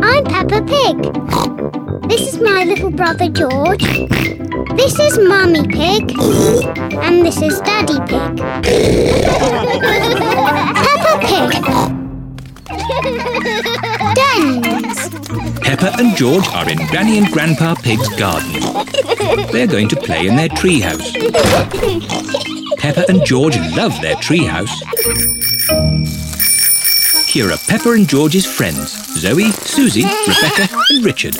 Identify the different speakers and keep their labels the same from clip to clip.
Speaker 1: I'm Peppa Pig. This is my little brother George. This is Mummy Pig. And this is Daddy Pig. Peppa Pig. Dens.
Speaker 2: Pepper and George are in Granny and Grandpa Pig's garden. They're going to play in their treehouse. Pepper and George love their treehouse. Here are Pepper and George's friends Zoe, Susie, Rebecca, and Richard.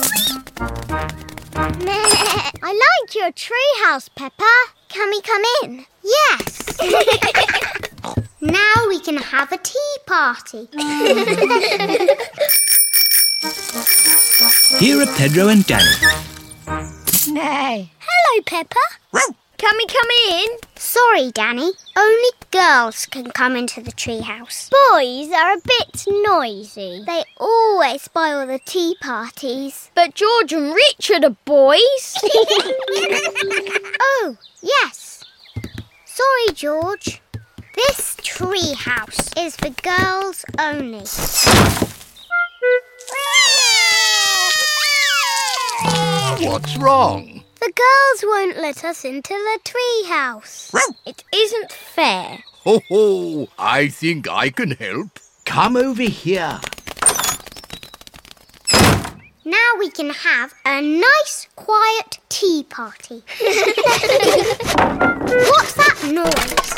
Speaker 1: I like your treehouse, Peppa. Can we come in? Yes. now we can have a tea party.
Speaker 2: Here are Pedro and Danny.
Speaker 3: Nay.
Speaker 1: Hello, Peppa.
Speaker 3: Can we come in?
Speaker 1: Sorry, Danny. Only girls can come into the treehouse. Boys are a bit noisy. They always spoil the tea parties.
Speaker 3: But George and Richard are boys.
Speaker 1: oh, yes. Sorry, George. This treehouse is for girls only.
Speaker 4: What's wrong?
Speaker 1: The girls won't let us into the treehouse.
Speaker 3: it isn't fair.
Speaker 4: Ho ho! I think I can help. Come over here.
Speaker 1: Now we can have a nice, quiet tea party. What's that noise?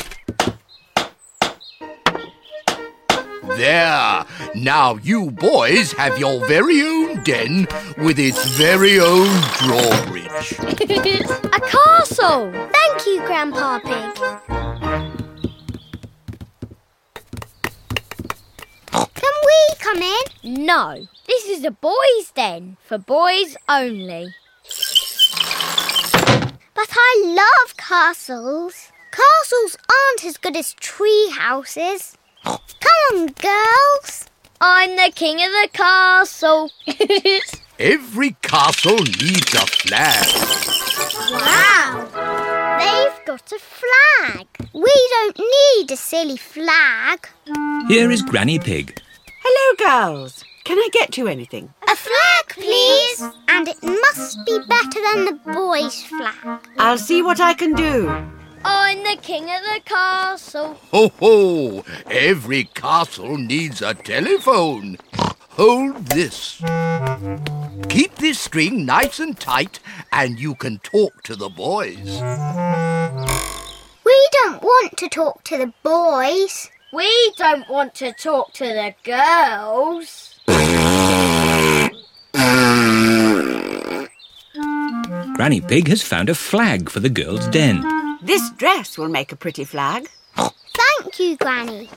Speaker 4: There. Now you boys have your very own den with its very own drawbridge.
Speaker 3: A castle.
Speaker 1: Thank you, Grandpa Pig. Can we come in?
Speaker 3: No. This is a boys' den for boys only.
Speaker 1: But I love castles. Castles aren't as good as tree houses. Come on, girls.
Speaker 3: I'm the king of the castle.
Speaker 4: Every castle needs a flag.
Speaker 1: Wow! They've got a flag. We don't need a silly flag.
Speaker 2: Here is Granny Pig.
Speaker 5: Hello, girls. Can I get you anything?
Speaker 1: A flag, please. And it must be better than the boys' flag.
Speaker 5: I'll see what I can do.
Speaker 3: I'm the king of the castle.
Speaker 4: Ho ho! Every castle needs a telephone. Hold this. Keep this string nice and tight, and you can talk to the boys.
Speaker 1: We don't want to talk to the boys.
Speaker 3: We don't want to talk to the girls.
Speaker 2: Granny Pig has found a flag for the girls' den.
Speaker 5: This dress will make a pretty flag.
Speaker 1: Thank you, Granny.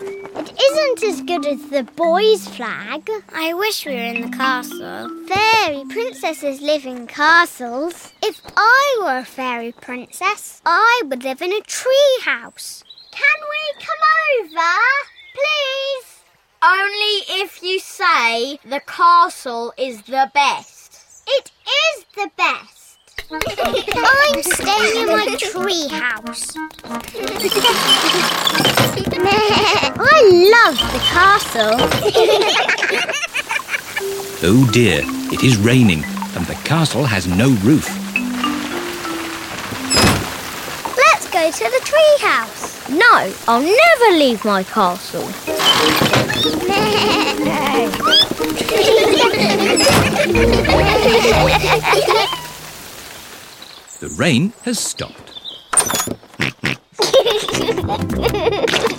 Speaker 1: It isn't as good as the boys' flag. I wish we were in the castle. Fairy princesses live in castles. If I were a fairy princess, I would live in a tree house. Can we come over? Please?
Speaker 3: Only if you say the castle is the best.
Speaker 1: It is the best. I'm staying in my tree house. I love the castle.
Speaker 2: Oh dear, it is raining, and the castle has no roof.
Speaker 1: Let's go to the tree house.
Speaker 3: No, I'll never leave my castle.
Speaker 2: The rain has stopped.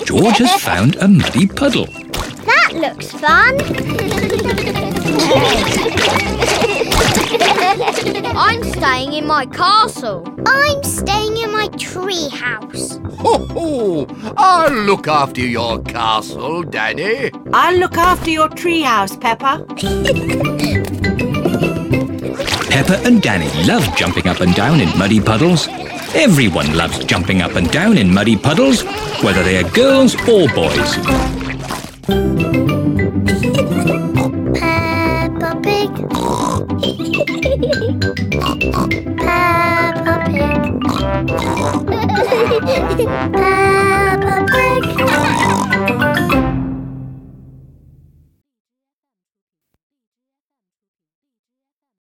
Speaker 2: George has found a muddy puddle.
Speaker 1: that looks fun.
Speaker 3: I'm staying in my castle.
Speaker 1: I'm staying in my tree house.
Speaker 4: Ho ho! I'll look after your castle, Danny.
Speaker 5: I'll look after your treehouse, Pepper.
Speaker 2: Pepper and Danny love jumping up and down in muddy puddles. Everyone loves jumping up and down in muddy puddles, whether they are girls or boys.
Speaker 1: Peppa Pig. Peppa Pig. Peppa